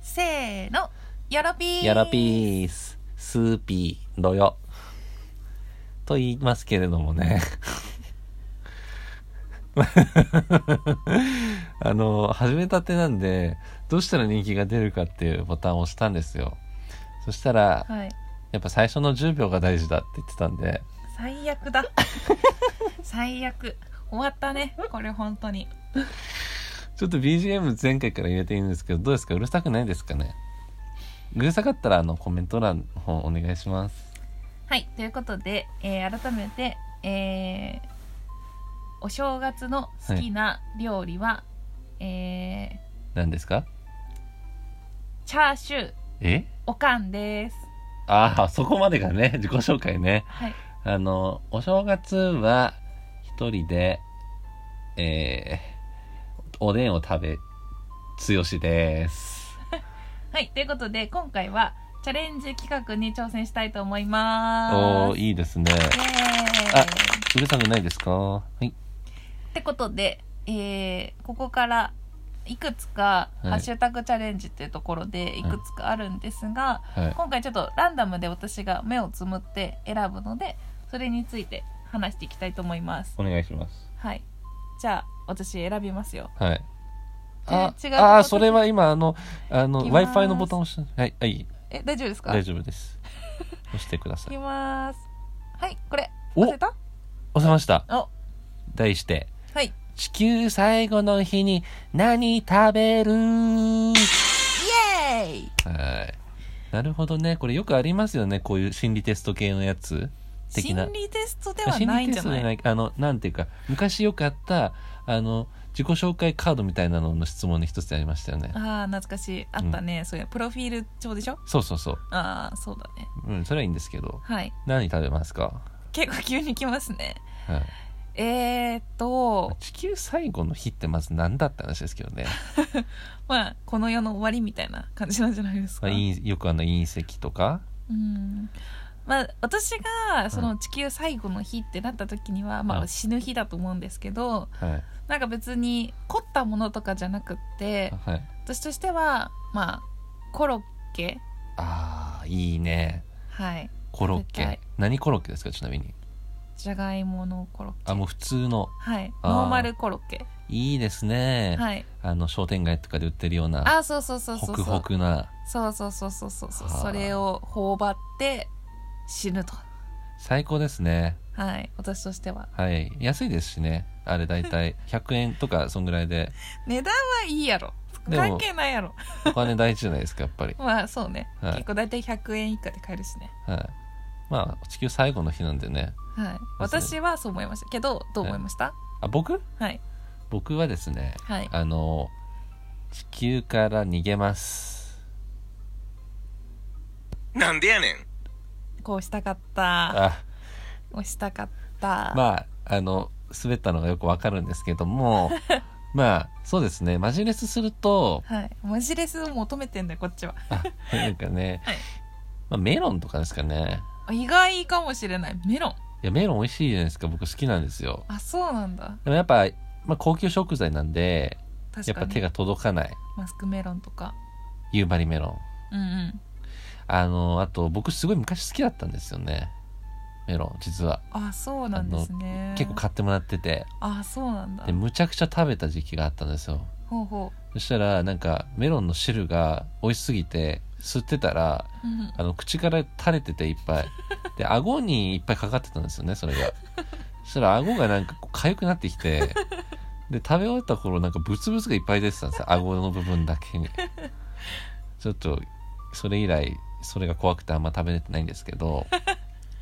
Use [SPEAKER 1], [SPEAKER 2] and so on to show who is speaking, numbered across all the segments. [SPEAKER 1] せーのやろぴー
[SPEAKER 2] やらピース、スーピーのよ。と言いますけれどもね。 あの、始めたてなんで、どうしたら人気が出るかっていうボタンを押したんですよ。そしたら、
[SPEAKER 1] はい
[SPEAKER 2] やっぱ最初の10秒が大事だって言ってたんで、
[SPEAKER 1] 最悪 だ最悪終わったねこれ本当に
[SPEAKER 2] ちょっと BGM 前回から入れていいんですけど、どうですかうるさくないですかねうるさかったら、あの、コメント欄の方お願いします。
[SPEAKER 1] はいということで、えー改めて、えーお正月の好きな料理は、え
[SPEAKER 2] 何ですか
[SPEAKER 1] ーチャーシュー
[SPEAKER 2] え
[SPEAKER 1] おかんです
[SPEAKER 2] ああ、そこまでがね、自己紹介ね。
[SPEAKER 1] はい
[SPEAKER 2] あの、お正月は一人で、えー、おでんを食べ、つよしです。
[SPEAKER 1] はいということで今回はチャレンジ企画に挑戦したいと思いま
[SPEAKER 2] お
[SPEAKER 1] す
[SPEAKER 2] ー、いいですね。
[SPEAKER 1] イエーイ
[SPEAKER 2] あうるさくないですかはい。
[SPEAKER 1] ってことで、えーここからいくつか「
[SPEAKER 2] はい
[SPEAKER 1] ハッシュタグチャレンジ」っていうところでいくつかあるんですが、
[SPEAKER 2] はい。
[SPEAKER 1] 今回ちょっとランダムで私が目をつむって選ぶのでそれについて話していきたいと思います
[SPEAKER 2] お願いします。
[SPEAKER 1] はいじゃあ私選びますよ
[SPEAKER 2] はい。あ、
[SPEAKER 1] え違う
[SPEAKER 2] あー、
[SPEAKER 1] 私
[SPEAKER 2] それは今、あの、あの、
[SPEAKER 1] いきます
[SPEAKER 2] Wi-Fi のボタンを押した。はい、はい、
[SPEAKER 1] え大丈夫ですか
[SPEAKER 2] 大丈夫です。押してくだ
[SPEAKER 1] い
[SPEAKER 2] さ
[SPEAKER 1] き
[SPEAKER 2] い。
[SPEAKER 1] ますはいこれ
[SPEAKER 2] お
[SPEAKER 1] 押せた
[SPEAKER 2] 押せました。
[SPEAKER 1] お
[SPEAKER 2] 題して、
[SPEAKER 1] はいイエ
[SPEAKER 2] 地球最後の日に何食べる
[SPEAKER 1] ーイ
[SPEAKER 2] はい。なるほどね。これよくありますよね。こういう心理テスト系のやつ。的な
[SPEAKER 1] 心理テストではないんじゃない
[SPEAKER 2] いあの、なんていうか、昔よくあった、あの、自己紹介カードみたいなのの質問で一つありましたよね。
[SPEAKER 1] ああ懐かしいあったね、そうやプロフィール帳でしょ
[SPEAKER 2] そうそうそう。
[SPEAKER 1] ああそうだね
[SPEAKER 2] うん、それはいいんですけど。
[SPEAKER 1] はい
[SPEAKER 2] 何食べますか、
[SPEAKER 1] 結構急に来ますね
[SPEAKER 2] はい、
[SPEAKER 1] えー、っと
[SPEAKER 2] 地球最後の日ってまず何だって話ですけどね。
[SPEAKER 1] まあこの世の終わりみたいな感じなんじゃないですか、
[SPEAKER 2] まあ、隕よくあの隕石とか。
[SPEAKER 1] うんまあ私がそうの地球最後の日ってなった時には、ま
[SPEAKER 2] う
[SPEAKER 1] あ
[SPEAKER 2] ん
[SPEAKER 1] 死ぬ日だと思うんですけど
[SPEAKER 2] はい。
[SPEAKER 1] なんか別に凝ったものとかじゃなくって
[SPEAKER 2] はい、
[SPEAKER 1] 私としてはまあコロッケ
[SPEAKER 2] ああ、いいね。
[SPEAKER 1] はい
[SPEAKER 2] コロッ
[SPEAKER 1] 食べたい
[SPEAKER 2] ケ。何コロッケですかちなみに。
[SPEAKER 1] じゃがいものコロッケ
[SPEAKER 2] あ、もう普通の。
[SPEAKER 1] はい
[SPEAKER 2] あー
[SPEAKER 1] ノーマルコロッケ
[SPEAKER 2] いいですね。
[SPEAKER 1] はい
[SPEAKER 2] あの商店街とかで売ってるような
[SPEAKER 1] あそうそうそう
[SPEAKER 2] ホ
[SPEAKER 1] そう
[SPEAKER 2] ク
[SPEAKER 1] そ
[SPEAKER 2] ホ
[SPEAKER 1] う
[SPEAKER 2] クな
[SPEAKER 1] そうそうそうそうそうそう
[SPEAKER 2] はあ
[SPEAKER 1] それを頬張って死ぬと
[SPEAKER 2] 最高ですね
[SPEAKER 1] はい私としては
[SPEAKER 2] はい安いですしねあれ大 体100円とかそんぐらいで
[SPEAKER 1] 値段はいいやろ
[SPEAKER 2] でも
[SPEAKER 1] 関係ないやろ
[SPEAKER 2] お金大事じゃないですかやっぱり、
[SPEAKER 1] まあそうね、
[SPEAKER 2] はい
[SPEAKER 1] 結構大体100円以下で買えるしね
[SPEAKER 2] はい、まあ地球最後の日なんでね
[SPEAKER 1] はい
[SPEAKER 2] そうです
[SPEAKER 1] 私はそう思いましたけどどう思いました
[SPEAKER 2] あ僕
[SPEAKER 1] はい
[SPEAKER 2] 僕はですね
[SPEAKER 1] はい
[SPEAKER 2] あの地球から逃げます
[SPEAKER 3] なんでやねん
[SPEAKER 1] こうしたかった
[SPEAKER 2] あ
[SPEAKER 1] こうしたかった、
[SPEAKER 2] まああの滑ったのがよくわかるんですけ どもまあそうですねマジレスすると
[SPEAKER 1] はい文字レスを求めてんだよこっちは
[SPEAKER 2] あなんかね、
[SPEAKER 1] はい
[SPEAKER 2] まあ、メロンとかですかね
[SPEAKER 1] あ意外かもしれないメロン
[SPEAKER 2] いや、メロン美味しいじゃないですか。僕好きなんですよ。
[SPEAKER 1] あそうなんだ
[SPEAKER 2] でもやっぱ、まあ、高級食材なんで、や
[SPEAKER 1] 確
[SPEAKER 2] っ
[SPEAKER 1] か
[SPEAKER 2] ぱ手
[SPEAKER 1] に
[SPEAKER 2] が届かない。
[SPEAKER 1] マスクメロンとか
[SPEAKER 2] 夕張メロン。
[SPEAKER 1] うんうん
[SPEAKER 2] あの、あと、僕すごい昔好きだったんですよね。メロン、実は。
[SPEAKER 1] あそうなんですね
[SPEAKER 2] 結構買ってもらってて。
[SPEAKER 1] あそうなんだ
[SPEAKER 2] で、むちゃくちゃ食べた時期があったんですよ。
[SPEAKER 1] ほうほ
[SPEAKER 2] そしたら、なんか、メロンの汁が美味しすぎて、吸ってたら、
[SPEAKER 1] う、うんうん、
[SPEAKER 2] あの、口から垂れてていっ ぱい。で、顎にいっぱいかかってたんですよね、それが。そしたら顎がなんかこう痒くなってきて、で、食べ終わった頃なんかブツブツがいっぱい出てたんですよ、顎の部分だけに。ちょっと、それ以来、それが怖くてあんま食べれてないんですけど、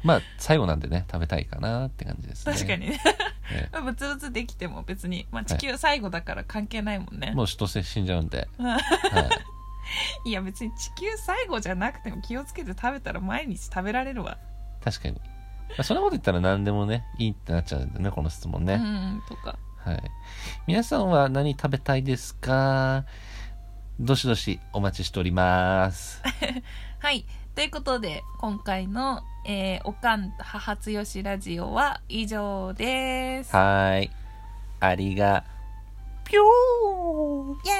[SPEAKER 2] まあ、最後なんでね、食べたいかなって感じですね。
[SPEAKER 1] 確かにね
[SPEAKER 2] え
[SPEAKER 1] まあブツブツできても別に、まあ、地球最後だから関係ないもんね、
[SPEAKER 2] え。もう人性死んじゃう んで。
[SPEAKER 1] うん
[SPEAKER 2] はい
[SPEAKER 1] いや別に地球最後じゃなくても気をつけて食べたら毎日食べられるわ、
[SPEAKER 2] 確かに。まあそんなこと言ったら何でもね、いいってなっちゃうんでね、この質問ね。
[SPEAKER 1] うんうんとか
[SPEAKER 2] はい。皆さんは何食べたいですかどしどしお待ちしております。
[SPEAKER 1] はいということで今回の、えーおかん母つよしラジオ」は以上です
[SPEAKER 2] はーい。ありが、ぴょー
[SPEAKER 1] イエ